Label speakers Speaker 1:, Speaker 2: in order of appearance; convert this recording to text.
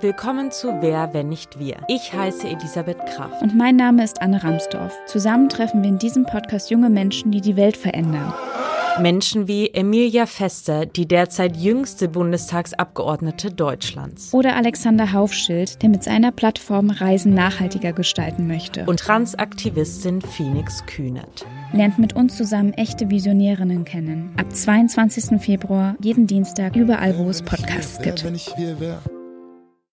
Speaker 1: Willkommen zu Wer, wenn nicht wir. Ich heiße Elisabeth Kraft.
Speaker 2: Und mein Name ist Anne Ramsdorf. Zusammen treffen wir in diesem Podcast junge Menschen, die die Welt verändern.
Speaker 1: Menschen wie Emilia Fester, die derzeit jüngste Bundestagsabgeordnete Deutschlands.
Speaker 2: Oder Alexander Haufschild, der mit seiner Plattform Reisen nachhaltiger gestalten möchte.
Speaker 1: Und Transaktivistin Phoenix Kühnert.
Speaker 2: Lernt mit uns zusammen echte Visionärinnen kennen. Ab 22. Februar, jeden Dienstag, überall, wo es Podcasts
Speaker 3: Wer,
Speaker 2: gibt.
Speaker 3: Wenn ich hier wär.